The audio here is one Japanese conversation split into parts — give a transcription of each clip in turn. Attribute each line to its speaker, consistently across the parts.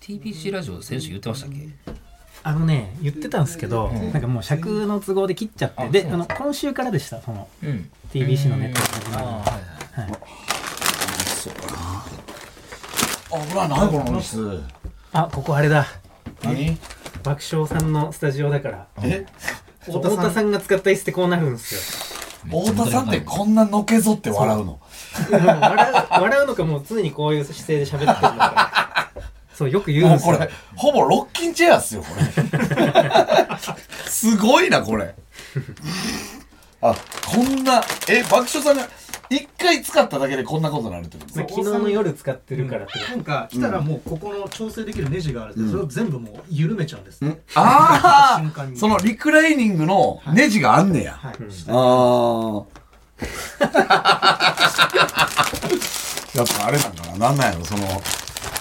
Speaker 1: TBC ラジオ先週言ってましたっけ
Speaker 2: あのね言ってたんですけど、
Speaker 1: うん
Speaker 2: なんかもう尺の都合で切っちゃって、
Speaker 1: うん
Speaker 2: で
Speaker 1: あ
Speaker 2: あの今週からでしたその
Speaker 1: うん
Speaker 2: TBC のネタが始まるのは
Speaker 1: あ
Speaker 2: い
Speaker 3: あほら何この椅子
Speaker 2: あここあれだ
Speaker 3: 何
Speaker 2: 爆笑さんのスタジオだから
Speaker 3: え
Speaker 2: 太田さんが使った椅子ってこうなるんです
Speaker 3: 太田さんってこんなのけぞって笑うの
Speaker 2: よもう笑う笑うのかもう常にこういう姿勢で喋ってるんだからそうよく言うん
Speaker 3: もう
Speaker 2: です
Speaker 3: こ
Speaker 2: よ
Speaker 3: れほぼロッキンチェアっすよこれすごいなこれあこんなえ爆笑さんが一回使っただけでこんなことになるってこと
Speaker 2: まあ昨日の夜使ってるからって、
Speaker 4: なんか来たらもうここの調整できるネジがあるんで、それを全部もう緩めちゃうんです、
Speaker 3: んあ
Speaker 4: 瞬
Speaker 3: あ
Speaker 4: 間に
Speaker 3: そのリクライニングのネジがあんねや、
Speaker 4: はい、
Speaker 3: あー やっぱあれなんかななんなんやろそのやっ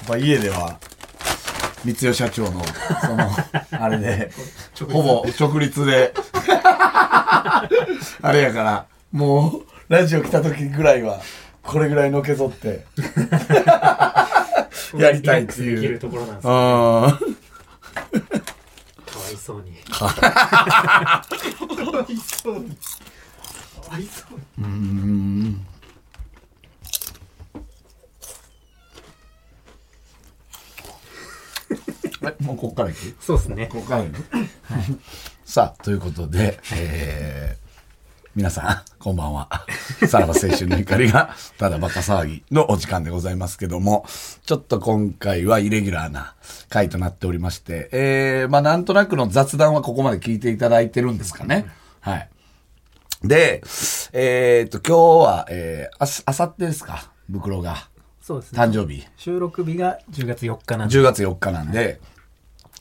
Speaker 3: ぱ家では三代社長のそ のあれでほぼ直立で あれやからもうラジオ来た時ぐらいはこれぐらいのけぞって やりたいって
Speaker 2: リラックスでき
Speaker 3: い
Speaker 2: る
Speaker 3: う。
Speaker 2: ところなんです
Speaker 3: あー
Speaker 2: かわいそうに
Speaker 3: うんえもうこっから行く
Speaker 2: そうですね
Speaker 3: ここからね。さあ、ということで、えー、皆さん、こんばんは。さらば青春の光が、ただバカ騒ぎのお時間でございますけども、ちょっと今回はイレギュラーな回となっておりまして、えー、まあなんとなくの雑談はここまで聞いていただいてるんですかね。はい。で、えー、っと、今日は、えー、あす、あさってですか、袋が、
Speaker 2: そうですね
Speaker 3: 誕生日。
Speaker 2: 収録日が10月4日なんで
Speaker 3: 10月4日なんで、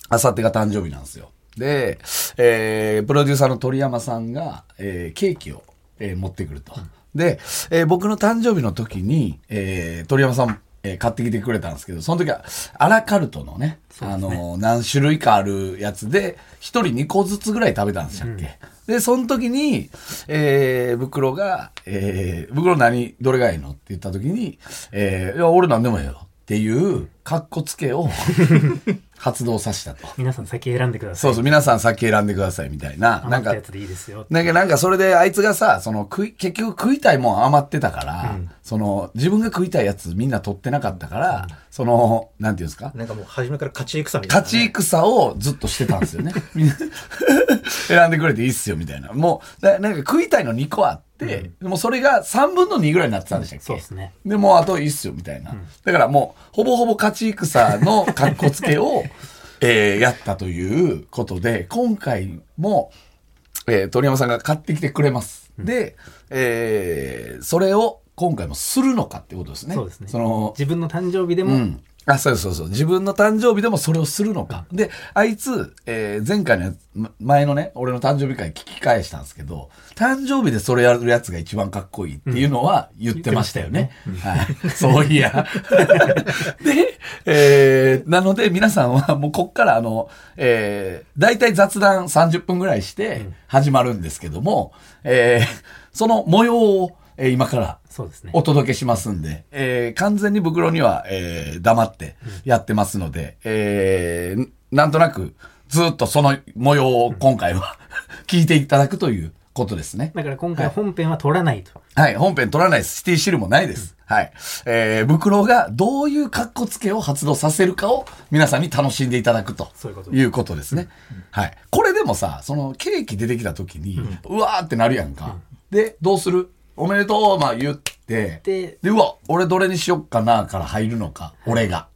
Speaker 3: あさってが誕生日なんですよ。で、えープロデューサーの鳥山さんが、えーケーキを、えー持ってくると。で、えー僕の誕生日の時に、えー鳥山さん、えー買ってきてくれたんですけど、その時は、アラカルトのね、あのー、何種類かあるやつで、一人2個ずつぐらい食べたんでしたっけ、で、その時に、えー、袋が、えー、袋何、どれがいいのって言った時に、えー、いや、俺何でもいいよ。っていう、格好つけを発動させたと。
Speaker 2: 皆さん先選んでくださ
Speaker 3: そ
Speaker 2: いう
Speaker 3: そう、皆さん先選んでくださいみたいな。なん
Speaker 2: 余っ
Speaker 3: か
Speaker 2: たや、つでいいですよ
Speaker 3: なんか、なんかそれであいつがさ、その食い、結局食いたいもん余ってたから、その、自分が食いたいやつみんな取ってなかったから、その、なんていうんですか
Speaker 4: なんかもう初めから勝ち戦みたいな、
Speaker 3: 勝ち戦をずっとしてたんですよね。みんな 選んでくれていいっすよみたいな。もう、ななんか食いたいの2個あって、もうそれが3分の2ぐらいになってたんでしたっけ
Speaker 2: そうですね
Speaker 3: で、もうあといいっすよみたいな。だからもう、ほぼほぼ勝ち戦の格好つけを、 えーやったということで、今回も、えー鳥山さんが買ってきてくれます。で、えーそれを今回もするのかってことですね。
Speaker 2: そうですね
Speaker 3: の、
Speaker 2: 自分の誕生日でも、
Speaker 3: うん。あ、そうそうそう。自分の誕生日でもそれをするのか。で、あいつ、えー前回のやつ、ま前のね、俺の誕生日会聞き返したんですけど、誕生日でそれやるやつが一番かっこいいっていうのは言ってましたよね。はい。そういや。 で、えーなので皆さんはもうこっからあの、えー、大体雑談30分ぐらいして始まるんですけども、えーその模様を、えー今から
Speaker 2: そうですね
Speaker 3: お届けしますんで、えー完全に袋には、えー黙ってやってますので、えーなんとなくずっとその模様を今回は 聞いていただくということですね。
Speaker 2: だから今回本編は撮らないと、
Speaker 3: はい、本編取らないです。シティシルもないです。はい。えー、袋がどういう格好つけを発動させるかを皆さんに楽しんでいただくと
Speaker 2: そういうこと
Speaker 3: いうことですね。はい。これでもさ、そのケーキ出てきた時に、うわーってなるやんか。で、どうするおめでとうまあ言って、
Speaker 2: で
Speaker 3: で、うわ、俺どれにしよっかなから入るのか、俺が。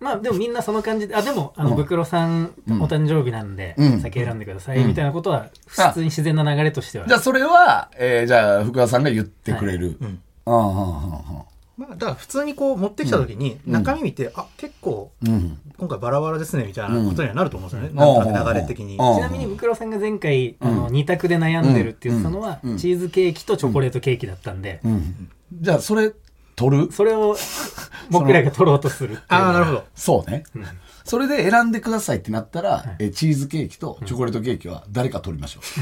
Speaker 2: まあでもみんなその感じであでもあの袋さんお誕生日なんで、
Speaker 3: うん
Speaker 2: 先選んでくださいみたいなことは普通に自然な流れとしては、
Speaker 3: じゃあそれは、えー、じゃあ福田さんが言ってくれる。うん、うん、
Speaker 4: まあ、だから普通にこう持ってきた時に中身見て、あ結構
Speaker 3: うん、うん。うん。
Speaker 4: 今回バラバラですねみたいなことにはなると思うんですよね、
Speaker 3: ん
Speaker 4: なんとなく流れ的に、
Speaker 3: うんうん
Speaker 2: ちなみに袋さんが前回、あの2択で悩んでるって言ってたのは、
Speaker 3: うんうん
Speaker 2: チーズケーキとチョコレートケーキだったんで、
Speaker 3: うん。じゃあそれ、取る
Speaker 2: それを僕らが取ろうとするっていう
Speaker 4: ああなるほど
Speaker 3: そうね。それで選んでくださいってなったら、えチーズケーキとチョコレートケーキは誰か取りましょ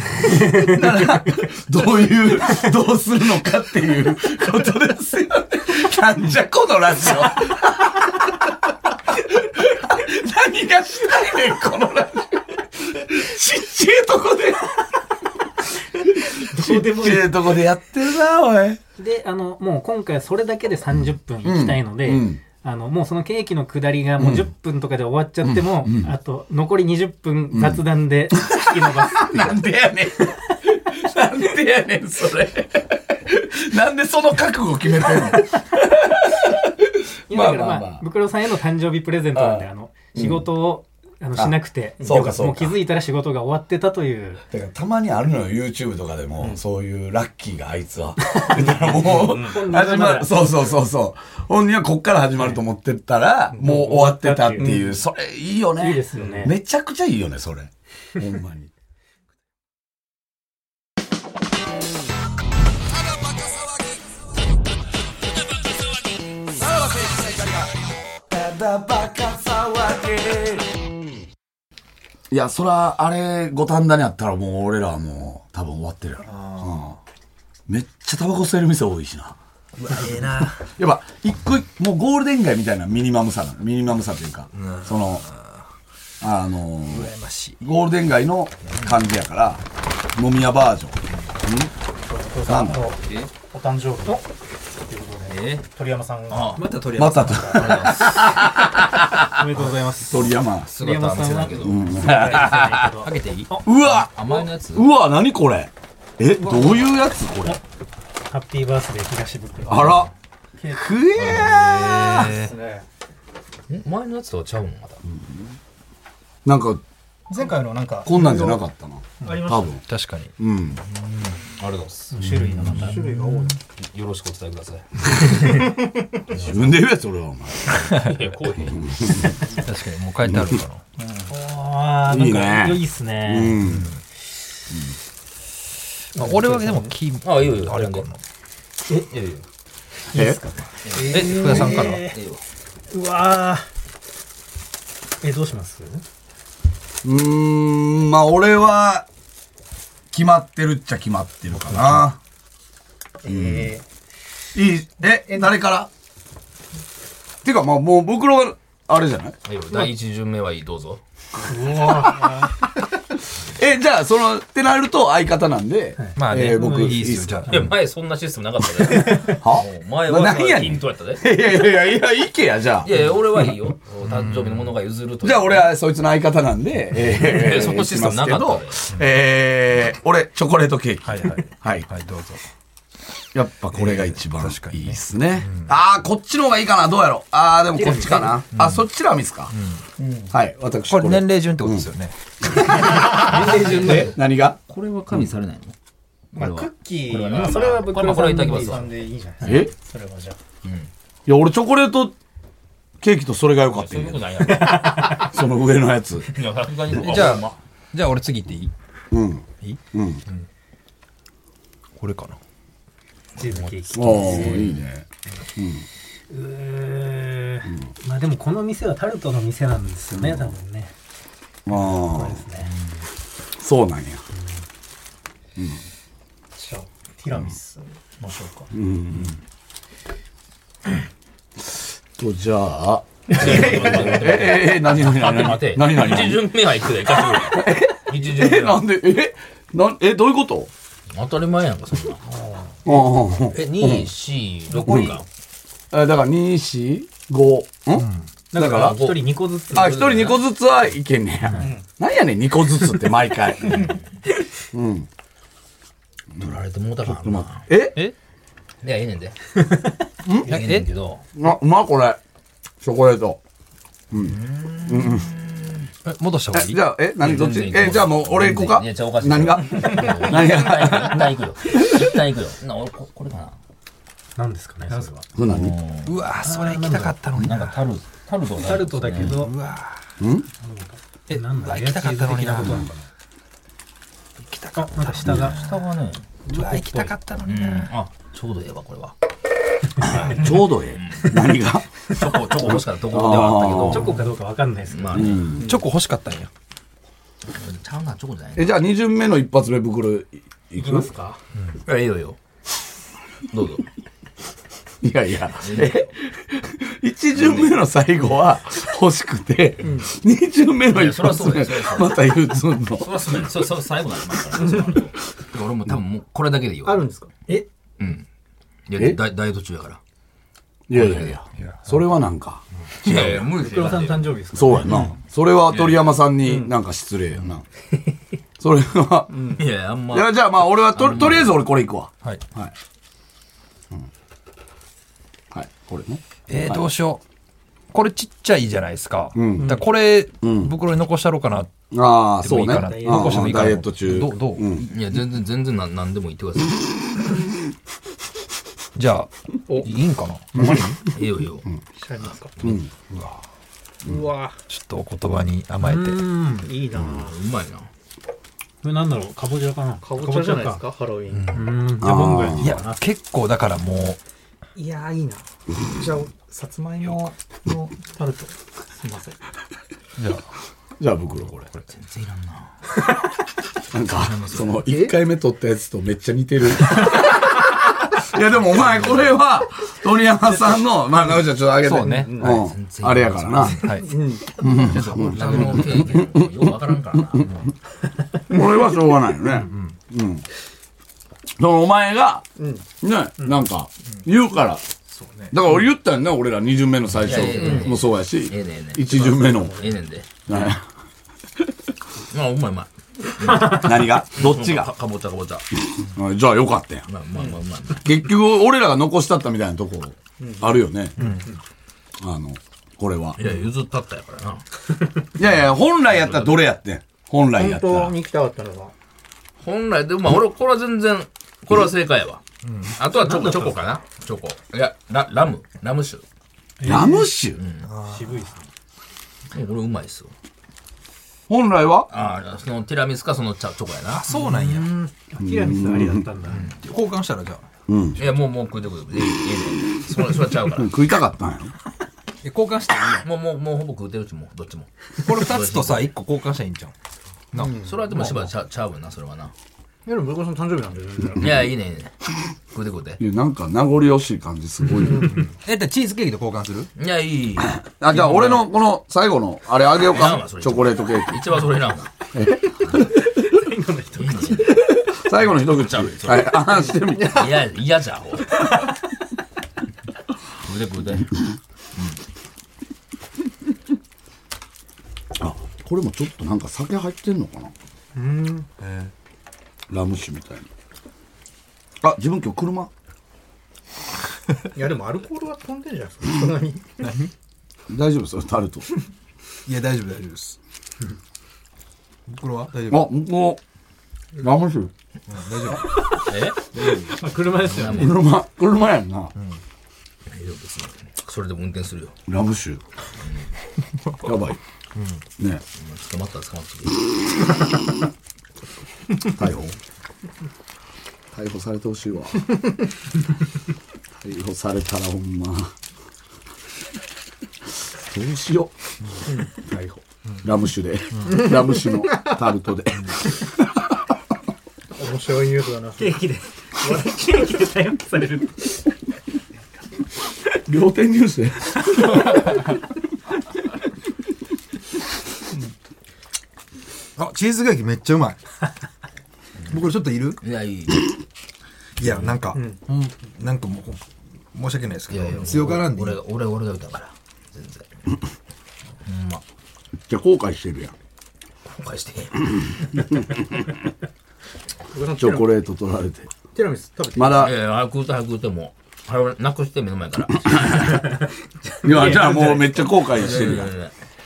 Speaker 3: う。なら、どういう、どうするのかっていうことですよね。なんじゃこのラジオ。何がしたいねん、このラジオ。ちっちゃいとこで。
Speaker 2: どうでもい
Speaker 3: ちっちゃ
Speaker 2: い
Speaker 3: いとこでやってるな、おい。
Speaker 2: であのもう今回はそれだけで30分いきたいので、
Speaker 3: うんうん
Speaker 2: あのもうそのケーキの下りがもう10分とかで終わっちゃっても、
Speaker 3: うんうん
Speaker 2: あと残り20分雑談で引き延ばす、
Speaker 3: なんでやねん。なんでやねん、それ。なんでその覚悟決めてんの
Speaker 2: いやだから
Speaker 3: ま
Speaker 2: ま
Speaker 3: あま
Speaker 2: あ、
Speaker 3: あまあ
Speaker 2: ブクロさんへの誕生日プレゼントなんで
Speaker 3: ああ
Speaker 2: あの仕事を、あのしなくて
Speaker 3: あそうかそうか
Speaker 2: もう気づいたら仕事が終わってたという
Speaker 3: だからたまにあるのよ YouTube とかでも、そういうラッキーがあいつは。だからもう始まるそうそうそうそう本人はこっから始まると思ってたら、もう終わってたっていう、それいいよね
Speaker 2: いいですよね
Speaker 3: めちゃくちゃいいよねそれほんまにいやそらあれ五反田にあったらもう俺らはもう多分終わってるやろ、うん、めっちゃタバコ吸える店多いしな
Speaker 4: うわええな
Speaker 3: やっぱ一個一個もうゴールデン街みたいなミニマムさなのミニマムさというか、そのあのー
Speaker 4: 羨ましい
Speaker 3: ゴールデン街の感じやから飲み屋バージョんなんだろ
Speaker 5: お誕生日ということで、
Speaker 1: え
Speaker 5: 鳥山さんが
Speaker 1: あ
Speaker 4: また取
Speaker 3: ン
Speaker 4: り合
Speaker 3: ま
Speaker 4: わせ
Speaker 3: たと
Speaker 2: おめでとうございます
Speaker 3: 鳥山
Speaker 2: 鳥
Speaker 1: 姿
Speaker 2: 山
Speaker 1: は見
Speaker 2: さん
Speaker 1: せ
Speaker 2: は
Speaker 1: ないけど
Speaker 2: は
Speaker 1: かけていいう
Speaker 3: わ
Speaker 1: 甘いのやつ
Speaker 3: うわ何これえどういうやつこれ
Speaker 2: ッピーバースデー東袋
Speaker 3: あらくえー
Speaker 5: ですね、
Speaker 1: 前のやつとはちゃうのまだ
Speaker 3: なんか
Speaker 5: 前回のなんか、
Speaker 3: こんなんじゃなかったな
Speaker 5: ありま
Speaker 3: 多
Speaker 5: し
Speaker 3: 分
Speaker 1: 確かに
Speaker 3: うん
Speaker 1: ありがとうございます
Speaker 2: 種類がまた
Speaker 5: た。種類が多い。
Speaker 1: よろしくお伝えください
Speaker 3: 自分で言うやつ俺はお前
Speaker 1: いやこ うへん確かにもう帰ってあるか
Speaker 2: あー
Speaker 3: いいね
Speaker 2: なんかいいっすね、
Speaker 3: うん
Speaker 6: まあ俺はでもき
Speaker 1: なあいいよいいよ
Speaker 6: あれか
Speaker 1: 選
Speaker 6: なん
Speaker 1: でいやいやいや
Speaker 3: え
Speaker 6: え福田さんから
Speaker 1: いいよ
Speaker 2: うわーえどうします
Speaker 3: うーんまあ俺は決まってるっちゃ決まってるかな
Speaker 5: え
Speaker 3: いいえ誰からてかまあもう僕らはあれじゃない
Speaker 1: いいよ第一巡目はいいどうぞ
Speaker 3: えじゃあそのってなると相方なんで、
Speaker 6: まあね、
Speaker 3: えー僕
Speaker 6: いいっす
Speaker 3: いいっ
Speaker 6: よ
Speaker 3: す
Speaker 6: じゃ
Speaker 1: いや前そんなシステムなかったで
Speaker 3: は
Speaker 1: 前
Speaker 3: な
Speaker 1: は
Speaker 3: 何やねん
Speaker 1: 均等やったで
Speaker 3: いやいやいやいやいけやじゃあ
Speaker 1: いやいや俺はいいよ誕生日のものが譲るという
Speaker 3: じゃあ俺はそいつの相方なんで、え
Speaker 1: いやそのシステムなかったで
Speaker 3: しますけどえー、俺チョコレートケーキ
Speaker 6: はいはい
Speaker 3: はい
Speaker 6: はいどうぞ
Speaker 3: やっぱこれが一番
Speaker 6: 確か
Speaker 3: い
Speaker 6: にね
Speaker 3: いですね。ああ、こっちの方がいいかな。どうやろう。ああ、でもこっちかな。あ、そっちらはミスか。はい、私
Speaker 6: これ
Speaker 3: これ。
Speaker 6: 年齢順ってことですよね、
Speaker 3: え何が
Speaker 1: これは加味されないの
Speaker 5: まあ、クッキ
Speaker 1: これは
Speaker 5: ー、
Speaker 1: ね
Speaker 5: まあ、それはブック
Speaker 1: まあ
Speaker 5: ロ
Speaker 1: こ
Speaker 5: さ
Speaker 1: れ
Speaker 5: ん
Speaker 1: はいただき
Speaker 5: のお
Speaker 1: ま
Speaker 5: じ
Speaker 1: すわ
Speaker 5: さんでいいじゃないです
Speaker 3: え
Speaker 5: か。それはじゃあ。
Speaker 3: いや、俺チョコレートケーキとそれが良かった
Speaker 1: そう
Speaker 3: ん
Speaker 1: い
Speaker 3: や
Speaker 1: うこ
Speaker 3: け
Speaker 1: と
Speaker 3: ど
Speaker 1: ないやろい
Speaker 3: その上のやつ。
Speaker 1: やさすがにそうか
Speaker 6: じゃ
Speaker 1: ほんま
Speaker 6: あじゃあ俺次行っていい
Speaker 3: うん。
Speaker 6: いい
Speaker 3: うん。
Speaker 6: これかな
Speaker 2: チーズケーキ
Speaker 3: おー、いいね。
Speaker 2: うーんまあでもこの店はタルトの店なんですよね、多分ね
Speaker 3: あ
Speaker 2: ですね
Speaker 3: あ、そうなんや。
Speaker 5: じゃあ、ティラミス行きましょうか。
Speaker 3: と、じゃあ。え、え、え、何何何何
Speaker 1: 待て
Speaker 3: 何何
Speaker 1: 一
Speaker 3: 何
Speaker 1: 巡目はいくで勝ち一巡
Speaker 3: え、
Speaker 1: 目
Speaker 3: な
Speaker 1: は
Speaker 3: んで、え、なん、え、どういうこと
Speaker 1: 当たり前やんかそんな
Speaker 3: うんうんうん
Speaker 1: え二四六か
Speaker 3: え、だから、2、4、5。ん
Speaker 2: だか
Speaker 1: から
Speaker 2: ら一人2個ずつ
Speaker 3: あ、一人二個ずつはいけんねや。なんやねん、二個ずつって毎回。うん。
Speaker 1: 取られてもうたからな
Speaker 3: え
Speaker 1: いやええねんでいやええねんけど
Speaker 3: な、うまいこれ。チョコレート。
Speaker 6: え戻した方
Speaker 3: え、
Speaker 6: がいい
Speaker 3: じゃあ、え、何どっち
Speaker 1: 全然
Speaker 3: え、じゃあもう俺行こうか
Speaker 1: 全然いやじゃあおかしい
Speaker 3: 何が何が
Speaker 1: 一旦行くよ一旦行くよな俺ここれかな
Speaker 2: なんですかねそれは
Speaker 3: そう何
Speaker 6: うわーそれ行きたかったのに
Speaker 1: なん
Speaker 6: な
Speaker 1: かタルタルトが
Speaker 2: タルトだけど、
Speaker 6: うわー
Speaker 2: えなんだ
Speaker 6: 行きたかったのにな
Speaker 2: レアチーズ的なことなのか
Speaker 6: 行きたか
Speaker 2: なあまた下が
Speaker 1: 下がね
Speaker 6: うわー行きたかったの
Speaker 1: う
Speaker 6: に
Speaker 1: ん
Speaker 6: な
Speaker 1: あちょうどええわこれは
Speaker 3: ちょうどええ。何が
Speaker 1: チョコチョコ欲しかったところではあったけど
Speaker 2: チョコかどうかわかんないですけど、
Speaker 1: まあね
Speaker 6: チョコ欲しかったんや
Speaker 1: ちゃうなチョコじゃない
Speaker 3: え、じゃあ二巡目の一発目袋いい
Speaker 2: いき
Speaker 3: く
Speaker 2: ますか
Speaker 1: えいいよいいよどうぞ
Speaker 3: いやいや。え、一巡目の最後は、欲しくて、2巡目の
Speaker 1: いや
Speaker 3: 一
Speaker 1: そりゃそ
Speaker 3: 発
Speaker 1: う
Speaker 3: 目
Speaker 1: だよそりゃそうだよ
Speaker 3: また言うつんの
Speaker 1: そりゃそうだよそそう最後になります からねその後俺も多分もうこれだけでいいよ
Speaker 4: あるんですか
Speaker 2: え
Speaker 1: うんい
Speaker 3: え
Speaker 1: やダイダイエット中やから
Speaker 3: いやいやいやそれはなんか
Speaker 1: いやいや無理です
Speaker 2: 黒
Speaker 1: よ
Speaker 2: 田さんの誕生日ですか
Speaker 3: そうやなそれは鳥山さんになんか失礼やなそれは、
Speaker 1: いやいやあんま
Speaker 3: いやじゃあまあ俺はととりあえず俺これいくわ
Speaker 1: はい
Speaker 3: はい、うん、はいこれね
Speaker 6: えー、どうしよう。これちっちゃいじゃないですか。
Speaker 3: ん
Speaker 6: だからこれ、
Speaker 3: ん
Speaker 6: 袋に残したろうかな。
Speaker 3: ああ
Speaker 6: で
Speaker 3: そ
Speaker 6: も
Speaker 3: う
Speaker 6: いい
Speaker 3: ね
Speaker 6: かな
Speaker 3: うん
Speaker 6: 残してもいいかな
Speaker 3: ダイエット中
Speaker 6: どうどうん
Speaker 1: いや全然全然なんなんでも言ってくださ
Speaker 6: じゃあ、いいんかな。
Speaker 1: いいいよいいよ
Speaker 4: しゃいますか
Speaker 3: うん
Speaker 4: うわ
Speaker 6: ちょっとお言葉に甘えて。
Speaker 4: うんいいなぁ
Speaker 1: うまいな
Speaker 2: これなんだろうかぼちゃかな
Speaker 4: かぼちゃじゃないですかハロウィン
Speaker 2: うんじゃあモンブラン
Speaker 6: いや、結構だからもう、
Speaker 4: いやーいいなじゃあさつまいものタルトすいません
Speaker 6: じゃあ、
Speaker 3: じゃあ袋これ
Speaker 1: 全然いらんな
Speaker 3: なんか、その、1回目撮ったやつとめっちゃ似 てる。いや、でもお前、これは、鳥山さんの、まあ、なおちゃんちょっとあげて。
Speaker 6: そうね
Speaker 3: ん
Speaker 1: はい全然
Speaker 3: あれやから な。
Speaker 6: はい。
Speaker 1: ちょっと俺だけの経験とかよくわからんからな
Speaker 3: 俺はしょうがないよね。うん。そのお前が、ね、なんか、言うから。だから俺言ったんだ、俺ら2巡目の最初
Speaker 1: いやいやいや
Speaker 3: もそうやし、
Speaker 1: ええねんええねん
Speaker 3: 1巡目 の。
Speaker 1: ええねんで
Speaker 3: ね
Speaker 1: まあうまいうまい
Speaker 3: 何 がどっち
Speaker 1: か
Speaker 3: が
Speaker 1: かぼちゃかぼちゃ
Speaker 3: うんじゃあよかったやん。
Speaker 1: まあまあまあまあ
Speaker 3: 結局、俺らが残したったみたいなとこ、あるよね。あの、これは。
Speaker 1: いや譲ったったやからない
Speaker 3: やいや、本来やったらどれやってん本来や
Speaker 4: 本
Speaker 3: ったら
Speaker 4: 当。に行きたかったのが
Speaker 1: 本来でもまあ俺これは全然これは正解やわあとはチョコチョコかなチョコいやララムラム酒
Speaker 3: ラム酒
Speaker 2: 渋いですね
Speaker 1: これうまいっすよ
Speaker 3: 本来は
Speaker 1: ああそのティラミスかそのチャチョコやな
Speaker 6: そうなんや。
Speaker 2: ティラミスありだったんだ
Speaker 6: 交換したらじゃあ。
Speaker 3: うん。
Speaker 1: いやもうもう食いてくれええええねんそれそれちゃうから
Speaker 3: 食いたかったんやろ
Speaker 6: え交換したらいいや
Speaker 1: もうもうもうほぼ食うてるうちもうどっちも
Speaker 6: ん。これ2つとさ、1個交換したらいいんじゃん。
Speaker 1: それはでもしばちゃちゃうわなそれはない
Speaker 4: やでも僕の誕生日なんで全然
Speaker 1: いやいいねいいね食うて食うて
Speaker 3: いや、なんか名残惜しい感じすごいよ。
Speaker 6: え、じゃあチーズケーキと交換する
Speaker 1: いやいいいい
Speaker 3: あ、じゃあ俺のこの最後の、あれあげよう
Speaker 1: いらん
Speaker 3: か
Speaker 1: わ。それ
Speaker 3: チョコレートケー
Speaker 1: 一番それいら んわ最後の
Speaker 3: キ。
Speaker 1: 一
Speaker 3: 最後の一口。はい、あしてみて。
Speaker 1: 口いやいやじゃ ほう食うて食うて
Speaker 3: あ、これもちょっとなんか酒入ってんのかなラム酒みたいな。あ、自分今日車
Speaker 4: いやでもアルコールは飛んでるじゃないですかそんなに
Speaker 3: 大丈夫ですよ、タルト。
Speaker 6: いや、大丈夫、大丈夫です。 袋は大丈
Speaker 3: あ、向こう。ラム酒。
Speaker 1: え
Speaker 2: まあ車ですよね
Speaker 3: 車、車やんな。
Speaker 1: 大丈夫ですねそれでも運転するよ
Speaker 3: ラム 酒。やばい。ね
Speaker 1: 捕まったら捕まってくる
Speaker 3: 逮捕逮捕されてほし いわ逮捕されたらほんまどうしよう逮捕ラム酒でラム酒のタルトで
Speaker 4: 面白いニュースだな
Speaker 2: ケーキで笑いケーキで逮捕される
Speaker 3: 両手ニュースで
Speaker 6: 夫。あ、チーズケーキめっちゃうまい。僕ちょっといる
Speaker 1: いやいい
Speaker 6: いや、なんか、うんなんかもう、申し訳ないですけど、強がらんでいい
Speaker 1: 俺。が俺が俺が歌うから全然ほんま
Speaker 3: じゃ後悔してるやん
Speaker 1: 後悔してへん
Speaker 4: 僕さん
Speaker 3: チョコレート取られて
Speaker 4: ティラミス食べて
Speaker 3: まだ
Speaker 1: いやいや、早く歌、早く歌もう。早くなくして目の前から。
Speaker 3: いやじゃあもうめっちゃ後悔してるやん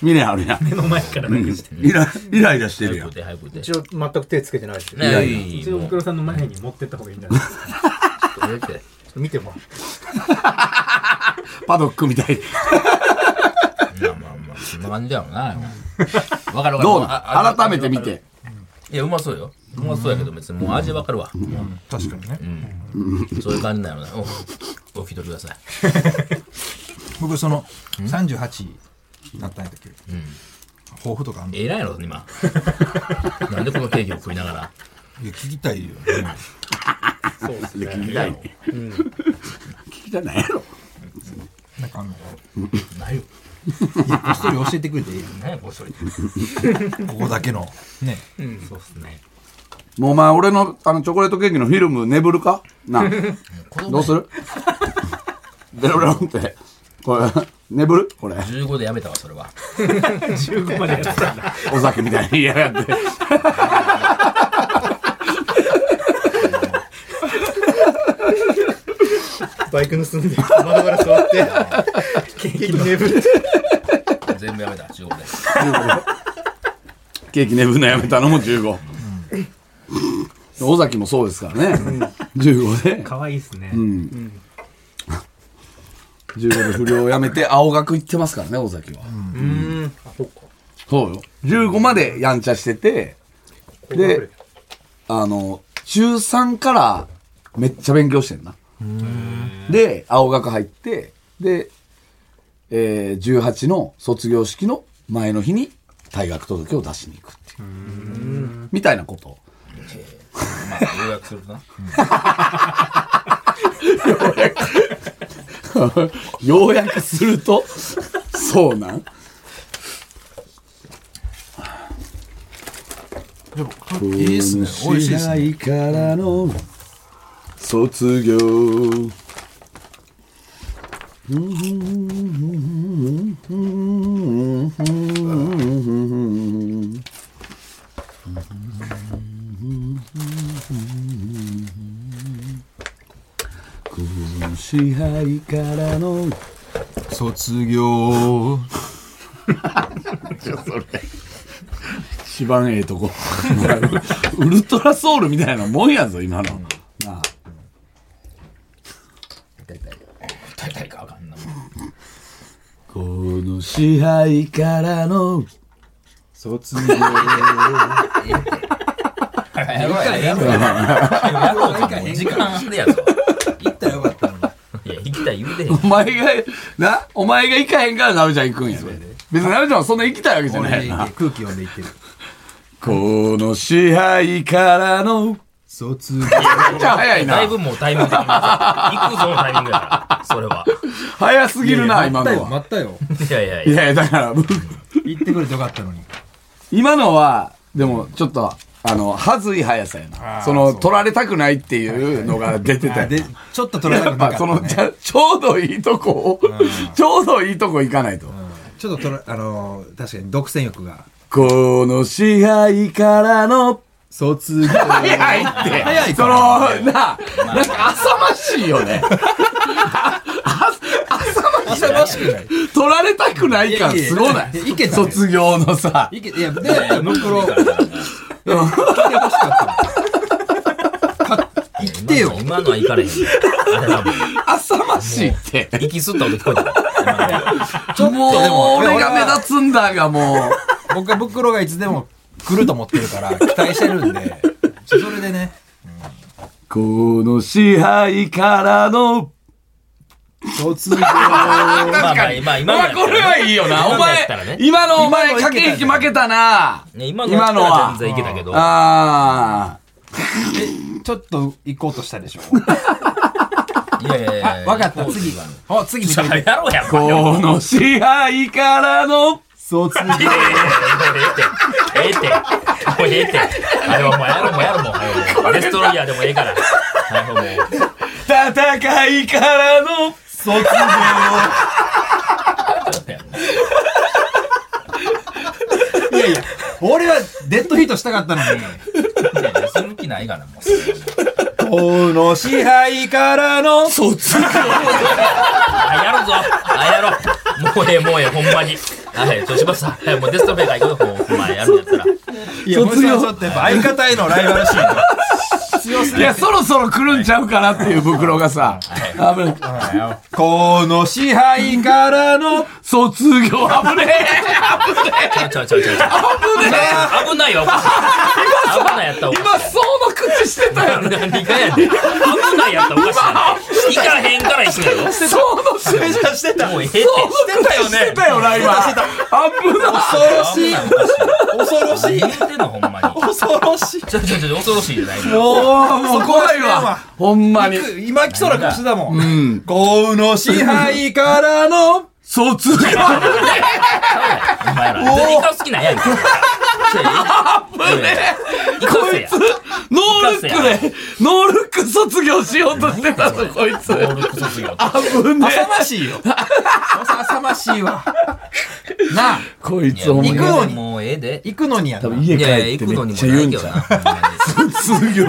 Speaker 3: 峰あるやん
Speaker 2: 目の前からなんかして
Speaker 3: イライライラしてる
Speaker 1: 早
Speaker 3: や
Speaker 1: く
Speaker 3: ん
Speaker 1: 歌、早く歌。
Speaker 4: 一応全く手つけてないし
Speaker 1: ねえ、いい
Speaker 2: 一
Speaker 1: よ。
Speaker 2: 応
Speaker 1: もう
Speaker 2: 黒さんの前に持ってった方がいいんじゃないですか
Speaker 1: これって
Speaker 4: 見てもら
Speaker 3: パドックみた い
Speaker 1: まあまあまあ、そんな感じだろうな。わかるわかる。
Speaker 3: どう
Speaker 1: あ
Speaker 3: なん
Speaker 1: あ
Speaker 3: 改めて見て
Speaker 1: いや、うまそうよ。うまそうやけど、別にもう味わかるわ。
Speaker 6: 確かにね。
Speaker 1: そういう感じなのね。お、お聞き取りください。
Speaker 6: 僕、その、38だったんやったっけ抱負とかあんのい
Speaker 1: えらいやろ、今。なんでこのケーキを食いながら。
Speaker 6: や、聞きたいよね。
Speaker 3: 聞きたい聞きたないやろ
Speaker 6: なんかあんの
Speaker 1: ないよ。
Speaker 6: いやこっそり教えてくれていいよね
Speaker 1: 何やこっそり。
Speaker 6: ここだけのね
Speaker 1: うん、そうっすね。
Speaker 3: もうお前俺のあのチョコレートケーキのフィルム眠るかなあどうするベロベロンってこれ眠るこれ
Speaker 1: 15でやめたわ、それは。
Speaker 2: 15までやってたんだ。
Speaker 3: お酒みたいに嫌がって
Speaker 5: バイク盗んで窓ガラス割ってケーキ眠る
Speaker 1: 全部やめた、15で。
Speaker 3: ケーキ眠るのやめたのも15尾崎もそうですからね15で
Speaker 2: 可愛いですね。
Speaker 3: 15で不良をやめ て青学行ってますからね尾崎は
Speaker 2: うん。
Speaker 3: そうよ15までやんちゃしててであの中3からめっちゃ勉強してんなで青学入ってで、えー、18の卒業式の前の日に退学届を出しに行くっていうみたいなことを
Speaker 1: まあ、要約するとな。
Speaker 3: ようやくすると、そうなん
Speaker 6: いいっすね美味しいっすね
Speaker 3: いからの卒業。支配からの
Speaker 6: 卒業
Speaker 3: 一番ええとこ ウルトラソウルみたいなもんやぞ今の、なあ
Speaker 1: 大体。大体か、あかんな。
Speaker 3: この支配からの
Speaker 6: 卒業
Speaker 1: やろうや、やろうや。やろうか、もう時間あんねやぞ。
Speaker 6: 行ったらよかったのに
Speaker 1: いや、行きたい言うてへん。
Speaker 3: お前がなお前が行かへんからなべちゃん行くんやで別になべちゃんはそんな行きたいわけじゃない
Speaker 6: 俺
Speaker 3: やんな
Speaker 6: 空気読んでいってる
Speaker 3: この支配からの
Speaker 6: 卒業
Speaker 3: じゃあ早いな
Speaker 1: だいぶもうタイミング的に行くぞのタイミングやから、それは。
Speaker 3: 早すぎる な今のは
Speaker 6: 待ったよ
Speaker 1: いやいやい
Speaker 3: い
Speaker 1: や。
Speaker 3: やいやだから僕
Speaker 6: 行ってくれてよかったのに
Speaker 3: 今のはでもちょっとあの恥ずい速さやなその取られたくないっていうのが出てたよ
Speaker 6: でちょっと取られた
Speaker 3: や
Speaker 6: くなか
Speaker 3: っぱ
Speaker 6: った
Speaker 3: その
Speaker 6: ね
Speaker 3: ちゃちょうどいいとこを、ちょうどいいとこ行かないと。
Speaker 6: ちょっと取らあのー確かに独占欲が
Speaker 3: この支配からの、
Speaker 6: 卒業
Speaker 3: 早いって。
Speaker 6: 早い
Speaker 3: そ
Speaker 6: か
Speaker 3: の、
Speaker 6: ら
Speaker 3: な、なんか浅ましいよね。
Speaker 6: 浅ましくない
Speaker 3: 取られたくない感すごない。
Speaker 6: いけたね
Speaker 3: 卒業のさ。
Speaker 6: いけいやで残ろう
Speaker 1: 来
Speaker 6: てよ
Speaker 1: 今のは行かれへん。あれ多分。
Speaker 3: 浅ましいって。
Speaker 1: 息吸った音聞こえたわ。
Speaker 3: もう、俺が目立つんだが、も
Speaker 6: 僕は袋がいつでも来ると思ってるから期待してるんでそれでね
Speaker 3: う。この支配からの、
Speaker 6: 卒業
Speaker 3: 確
Speaker 1: まあま
Speaker 3: か
Speaker 1: あ
Speaker 3: に。
Speaker 1: まあ今
Speaker 3: まあ、
Speaker 1: のやったらね
Speaker 3: これはいいよな。お
Speaker 1: 今のや
Speaker 3: 前
Speaker 1: ったらね、
Speaker 3: 今のお前、駆け引き負けたな。
Speaker 1: ね今のやった
Speaker 3: 今のは
Speaker 1: ら全然いけたけど。
Speaker 3: ああ。
Speaker 6: えちょっと行こうとしたでしょ
Speaker 1: いやいやいやいや。
Speaker 6: わかった次
Speaker 1: は。
Speaker 6: あ次見
Speaker 1: じ
Speaker 6: て
Speaker 1: ゃ
Speaker 6: み
Speaker 1: あ
Speaker 6: て
Speaker 1: やろうや。
Speaker 3: この支配からの
Speaker 6: 卒業
Speaker 1: ええええええって。ええって。もうええって。あれはもうやろうもうやろうもうはいもう。デストロイヤーでもええから。はいもう
Speaker 3: 戦いからの
Speaker 6: 卒業いやいや俺はデッドヒートしたかったのに
Speaker 1: いやいやする気ないからもう。
Speaker 6: この支配からの卒業
Speaker 1: あやろうぞ。あやろう。もうええもうええほんまに。はい、そうします。はい、もうデストメーカー行くよ。もうお前やるんやったら。
Speaker 6: いや卒業ちょっとやっぱ相方へのライバル 心が必要す
Speaker 3: い
Speaker 6: ぎる
Speaker 3: や、そろそろ来るんちゃうかなっていう袋がさ、危ない。
Speaker 6: この支配からの
Speaker 3: 卒業危ね
Speaker 1: ちゃうちゃうちゃうちゃう。危ないよ。危ないやったわ。
Speaker 3: え今、その告知してたよね。
Speaker 1: 何がやねん。危ないやったらおかしいな。行かへんから行くのよ。
Speaker 3: そのせいじゃしてた。
Speaker 1: もうええって。
Speaker 3: たよね。してたよな、今。危ない。
Speaker 1: 恐ろしい。恐ろしい。言ってんのほんまに。
Speaker 5: 恐ろしい。
Speaker 1: ちょちょちょ恐ろしいじゃないの。
Speaker 3: もう、もう怖いわ。ほんまに。
Speaker 6: 今来そうな顔してたもん。
Speaker 3: うん。
Speaker 6: 幸運の支配からの、
Speaker 3: 卒業。
Speaker 1: お前ら。何が好きなんやんけ。あぶねえ。こいつ。
Speaker 3: ノールックで、ノールック卒業しようとしてたぞ、こいつ。
Speaker 1: 登録卒業。
Speaker 3: 危ね
Speaker 6: 浅ましいよ。浅ましいわ。 なあ、
Speaker 3: こいつ、ほん
Speaker 6: 行
Speaker 3: まに
Speaker 6: く。のに
Speaker 1: もうええで。
Speaker 6: 行くのにやな
Speaker 3: 多分家
Speaker 1: い
Speaker 3: 帰
Speaker 1: やいや、
Speaker 3: って
Speaker 1: 行く
Speaker 3: め
Speaker 1: のに
Speaker 3: っ
Speaker 1: も
Speaker 3: ちゃ言
Speaker 1: な
Speaker 3: う
Speaker 1: い
Speaker 3: ん
Speaker 1: け
Speaker 3: ち
Speaker 1: ど
Speaker 3: ゃ
Speaker 1: な。ほんま
Speaker 3: う
Speaker 1: に
Speaker 3: 卒業。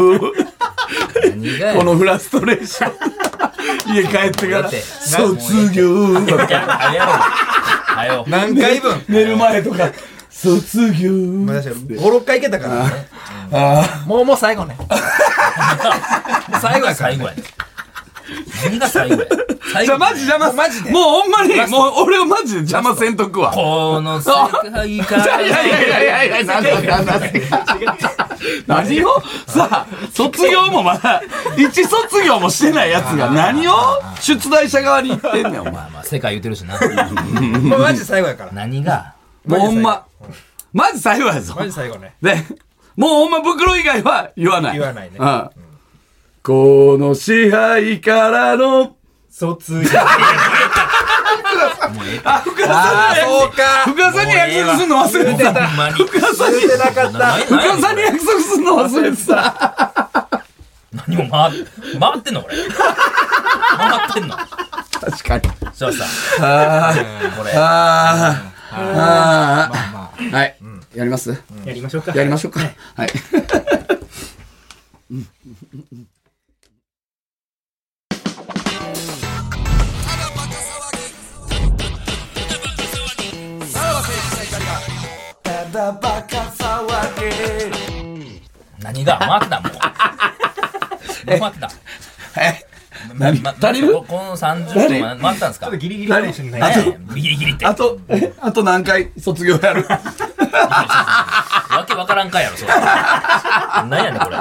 Speaker 1: 何がやね
Speaker 3: こ
Speaker 1: ん。
Speaker 3: のフラストレーション。 家帰ってか
Speaker 1: だ
Speaker 3: ら
Speaker 1: っ、て
Speaker 3: 卒業。
Speaker 1: はよ。はよ。
Speaker 6: 何回分。
Speaker 3: 寝る前とか、卒業。
Speaker 5: まあ、確かに、5、6回いけたからね。
Speaker 6: もう、もう最後ね。
Speaker 1: 最後は最後やね何が最後や最
Speaker 3: じ
Speaker 1: 後
Speaker 3: ゃ、マジ邪魔マジで。もうほんまに、もう俺をマジで邪魔せんとくわ。
Speaker 1: この世界 か
Speaker 3: いやいやいやい
Speaker 1: ら
Speaker 3: やいや、なんだなんだ。何をさあ、卒業もまだ、一卒業もしてないやつが何を出題者側に言ってんねん、お前。も
Speaker 1: まあまあ世界言うてるしな
Speaker 6: もうマジ最後やから。
Speaker 1: 何が
Speaker 3: うほんま、マジ最後やぞ
Speaker 5: マ。ジ最後ね。
Speaker 3: で、もうほんま袋以外は言わない。
Speaker 5: 言わないね
Speaker 3: うん。この支配からの、
Speaker 2: 卒業。
Speaker 3: あ、深さんの約束、深さんに約束するの忘れてた。
Speaker 1: ほんまに言
Speaker 5: 言ってなかった。
Speaker 3: 深さんに約束するの忘れてた。
Speaker 1: 何も回っ回ってんのこれ回ってんの
Speaker 3: 確かに。
Speaker 1: そうさこれ
Speaker 3: あーあー、はい。やります
Speaker 2: やりましょうか。
Speaker 3: やりましょうか。はい。
Speaker 1: 何が回ってたもう回ってた
Speaker 3: 何
Speaker 1: ま
Speaker 3: 足りる
Speaker 1: ここの30分は回ったんですか
Speaker 2: ギリギリかもしれない。
Speaker 1: 何やねんギリギリって
Speaker 3: あ
Speaker 1: わ
Speaker 3: と、えあと何回卒業やる
Speaker 1: けわからんかやろそれ何やねんこれ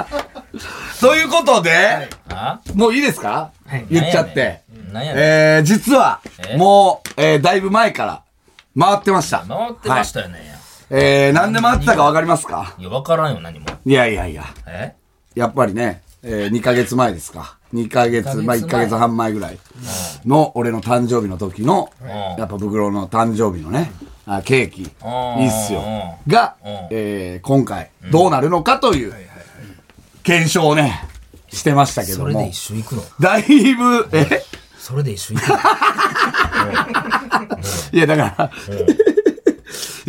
Speaker 3: ということで、
Speaker 1: あ
Speaker 3: もういいですか
Speaker 2: はい
Speaker 3: 言っちゃって。
Speaker 1: 何やねん
Speaker 3: えー、実は
Speaker 1: え、
Speaker 3: もう、えー、だいぶ前から、回ってました。
Speaker 1: 回ってまし
Speaker 3: は
Speaker 1: たよね、
Speaker 3: い。えー、なんで回ってたかわかりますか
Speaker 1: い、や分からんよ何も
Speaker 3: いやいやいや、
Speaker 1: え
Speaker 3: やっぱりね、えー、2ヶ月前ですか。2ヶ月、まあ、
Speaker 1: 二ヶ
Speaker 3: 1ヶ
Speaker 1: 月前
Speaker 3: 月半前ぐらいの、俺の誕生日の時の、
Speaker 1: い
Speaker 3: やっぱ、ブクロの誕生日のね、あケーキ、い
Speaker 1: うん
Speaker 3: いっすよ
Speaker 1: う。
Speaker 3: が
Speaker 1: うん、
Speaker 3: えー、今回、どうなるのかという、検証をね、してましたけど
Speaker 1: それで
Speaker 3: も
Speaker 1: 一。緒行くの
Speaker 3: だいぶ、え、
Speaker 1: それで一緒行くの
Speaker 3: いや、だから、い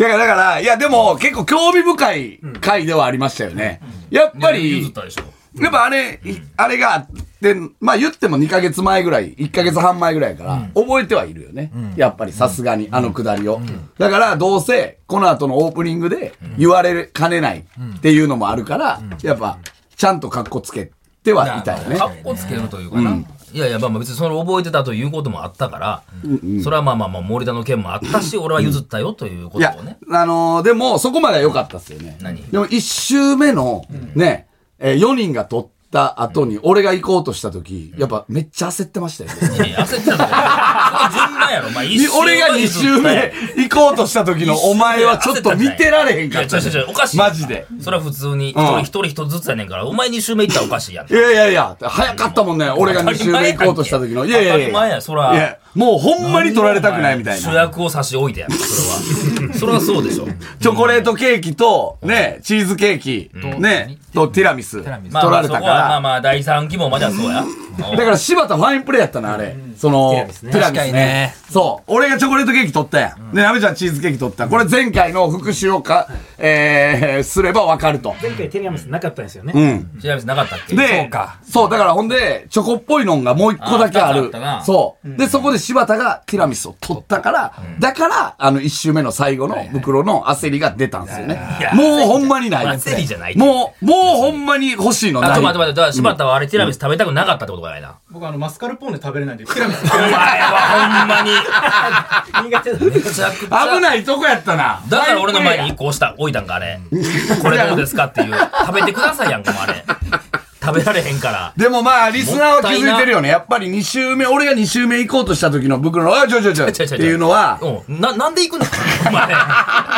Speaker 3: や、だから、いや、でも、結構興味深い回ではありましたよね。やっぱり、
Speaker 1: 譲ったでしょ
Speaker 3: やっぱあれ、いあれがあって、まあ言っても2ヶ月前ぐらい、1ヶ月半前ぐらいやから、覚えてはいるよね。やっぱりさすがに、あのくだりを。だから、どうせ、この後のオープニングで言われかねないっていうのもあるから、やっぱ、ちゃんと格好つけてはいたよね。
Speaker 1: かっこつけるというかな、いやいやまあまあ別にその覚えてたということもあったから、それはまあまあまあ森田の件もあったし俺は譲ったよというこ
Speaker 3: い
Speaker 1: と
Speaker 3: や
Speaker 1: をね、
Speaker 3: あのーでも、そこまでは良かったっすよね。
Speaker 1: 何
Speaker 3: でも、一周目の、ね、えー、4人が取った後に、俺が行こうとした時、やっぱめっちゃ焦ってましたよね。
Speaker 1: いやいや焦ってたのか順番やろ、まあ、一周目
Speaker 3: 俺が2周目行こうとした時のお前はちょっと見てられへん
Speaker 1: い
Speaker 3: か
Speaker 1: や
Speaker 3: っ
Speaker 1: ちょ
Speaker 3: た。
Speaker 1: ちょちょおかしい
Speaker 3: マジで。
Speaker 1: それは普通に一
Speaker 3: うん
Speaker 1: 人一人一つずつやねんから、お前2周目行ったらおかしいやん
Speaker 3: いやいやいや、早かったもんね。俺が2周目行こうとした時の。いやいや
Speaker 1: 当た
Speaker 3: い
Speaker 1: り前
Speaker 3: や。
Speaker 1: やそら
Speaker 3: いや、もうほんまに取られたくないみたい
Speaker 1: 主
Speaker 3: な。
Speaker 1: 役を差し置いてやるそれはそれはそうでしょ
Speaker 3: チョコレートケーキと、ね、チーズケーキ、ね、とティラミス取られ
Speaker 1: まあまあ
Speaker 3: た
Speaker 1: そこ
Speaker 3: か
Speaker 1: はまあ
Speaker 3: ら。
Speaker 1: まあ第3期もまだそうや
Speaker 3: だから柴田ファインプレーやったな、あれ。その、ティラミスね。そう。俺がチョコレートケーキ取ったやん。で、なべちゃんチーズケーキ取った。これ前回の復習をか、えー、すればわかると。
Speaker 2: 前回テレアムスなかったんですよね。
Speaker 3: うん。
Speaker 1: 調べてなかったっけ
Speaker 3: で、そうだからほんで、チョコっぽいのがもう一個だけあ
Speaker 1: ああっ
Speaker 3: る
Speaker 1: たな。
Speaker 3: そう。で、そこで柴田がティラミスを取ったから、だから、あの、一周目の最後の袋の焦りが出たんですよね
Speaker 1: い。や
Speaker 3: もうほんまにない。
Speaker 1: 焦りじゃない
Speaker 3: もう、もうほんまに欲しいのない。
Speaker 1: あちょっと待って待って、だから柴田はあれティラミス食べたくなかったってことかないな。
Speaker 5: 僕、あの、マスカルポーネ食べれないんで、ティラミス。
Speaker 1: お前はほんまに。
Speaker 2: 苦手だね。
Speaker 1: めちゃくちゃ
Speaker 3: 危ないとこやったな。
Speaker 1: だから俺の前に一個押した、置いたんか、あれ。これどうですかっていう。食べてくださいやんか、もうあれ。食べられへ んから。
Speaker 3: でもまあ、リスナーは気
Speaker 1: もった
Speaker 3: づ
Speaker 1: い
Speaker 3: い
Speaker 1: な
Speaker 3: てるよね。やっぱり2周目、俺が2周目行こうとした時の僕の、あ、ちょいちょいちょいっていうのは、
Speaker 1: うん。な、なんで行くのお前。行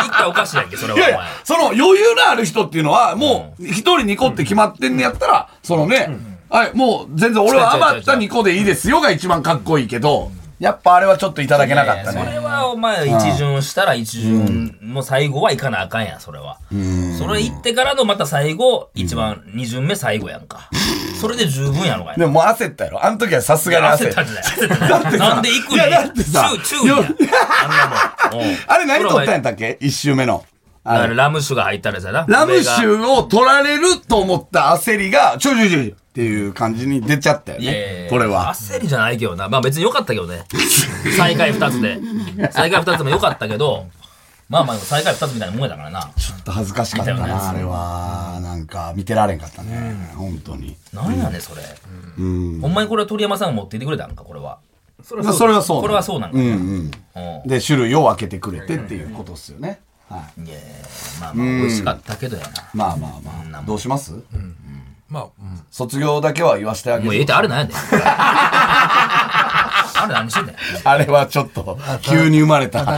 Speaker 1: ったらおかしいやんけ、それはお
Speaker 3: いや
Speaker 1: 前
Speaker 3: いや。、その余裕のある人っていうのは、もう一人二個って決まってんねやったら、そのね、はい、もう全然俺は余った二個でいいですよが一番かっこいいけど、やっぱあれはちょっといただけなかった
Speaker 1: それ
Speaker 3: ね。
Speaker 1: はお前一巡したら一巡もう最後は行かなあかんやんそれはそれ行ってからのまた最後一番二巡目最後やんかそれで十分やろかい
Speaker 3: でももう焦ったやろ。あの時はさすがに焦
Speaker 1: 焦
Speaker 3: っ
Speaker 1: ったたん。じゃない焦ったんじゃないなんで行く
Speaker 3: い
Speaker 1: ね
Speaker 3: や
Speaker 1: ん
Speaker 3: だってさ
Speaker 1: チューチューやんあんなもんうん
Speaker 3: あれ何取ったんやったっけ一周目の。
Speaker 1: だ
Speaker 3: あ
Speaker 1: から
Speaker 3: れ
Speaker 1: ラム酒が入ったらさな
Speaker 3: ラム酒
Speaker 1: 俺が
Speaker 3: を取られると思った焦りが、ちょいちょいちょいっていう感じに出ちゃったよ
Speaker 1: いやいやい
Speaker 3: ね
Speaker 1: や。
Speaker 3: これは。
Speaker 1: 焦りじゃないけどなまあ別に良かったけどね最下位二つで最下位二つも良かったけどまあまあ最下位二つみたいなもんやだからな
Speaker 3: ちょっと恥ずかしかった
Speaker 1: みたいなや
Speaker 3: な、
Speaker 1: つ
Speaker 3: あれは。なんか見てられんかったね。本当に。
Speaker 1: なんやねんそれ
Speaker 3: うん。
Speaker 1: ほんまにこれは鳥山さんが持っていてくれたんかこれは
Speaker 3: まあそれはそう。
Speaker 1: これはそうなんだ
Speaker 3: うん
Speaker 1: よ
Speaker 3: うん。
Speaker 1: うん
Speaker 3: で、種類を分けてくれてっていうことっすよね。はい。
Speaker 1: いやまあまあ美味しかったけどやな。
Speaker 3: まあまあまあ。どうします
Speaker 6: まあ、うん
Speaker 3: 卒業だけは言わせてあ
Speaker 1: もう
Speaker 3: げ
Speaker 1: ええっ
Speaker 3: る。
Speaker 1: てあれな んやねん。あれ何してんねん。
Speaker 3: あれはちょっと、急に生まれ た。
Speaker 6: 時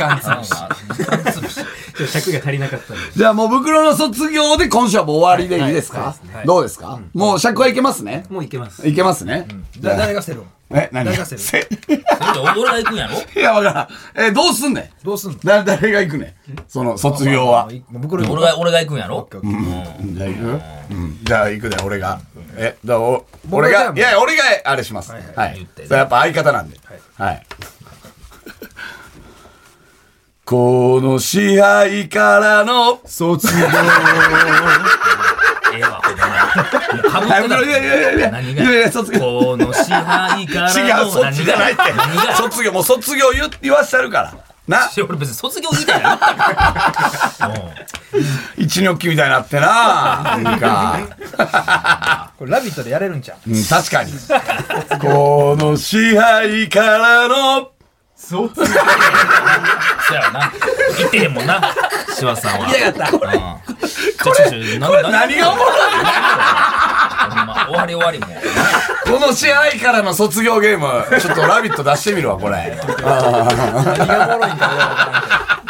Speaker 6: 間 つ
Speaker 1: あ
Speaker 6: ぶし。
Speaker 1: の
Speaker 2: ちょっと尺が足りなかったんで。
Speaker 3: じゃあもう袋の卒業で今週はもう終わりでいいですかどうですかもう尺はいけますね。
Speaker 2: もういけます。
Speaker 3: いけますね。じゃあ
Speaker 5: 誰がセロン
Speaker 3: え、何
Speaker 5: 誰がせる
Speaker 3: せ
Speaker 1: それで俺が行くんやろ
Speaker 3: いや、わからん。え、どうすんねん
Speaker 5: どうすんの
Speaker 3: だ 誰が行くねんその卒業は。
Speaker 5: 僕ら
Speaker 1: 俺が、俺が行くんやろ
Speaker 3: じゃあ行くうん。じゃあ行くで、俺が。え、じゃあお、
Speaker 5: 僕
Speaker 3: 俺
Speaker 5: はじゃあ、
Speaker 3: がいや、俺が、あれします。はい
Speaker 1: 言っ。て
Speaker 3: それやっぱ相方なんで。はい。 この支配からの、
Speaker 6: 卒業。
Speaker 1: ええわ、ほんまに。もうかぶっ
Speaker 3: はい
Speaker 1: て
Speaker 3: いやいやいやいや、
Speaker 1: 何
Speaker 3: い
Speaker 1: が
Speaker 3: やいや、卒業。
Speaker 1: この支配から
Speaker 3: 違
Speaker 1: の
Speaker 3: う、そっちじゃないって
Speaker 1: 何が。
Speaker 3: 卒業、もう卒業言言わしてるから。な、
Speaker 1: 俺別に卒業言いたいなかったから。うん
Speaker 3: 一ニョッキみたいになってな。なんか。
Speaker 5: これ「ラビット!」でやれるんじゃん
Speaker 3: うん、確かに。この支配からの、
Speaker 1: そやろな。行ってへんもんな。シワさんは。
Speaker 3: 痛かった。これ、
Speaker 1: これ、
Speaker 3: これ何がおもろい
Speaker 1: ほんま終わり終わりもう。
Speaker 3: この支配からの卒業ゲーム、ちょっと「ラビット!」出してみるわ、これ。
Speaker 5: 何がおもろいんだよ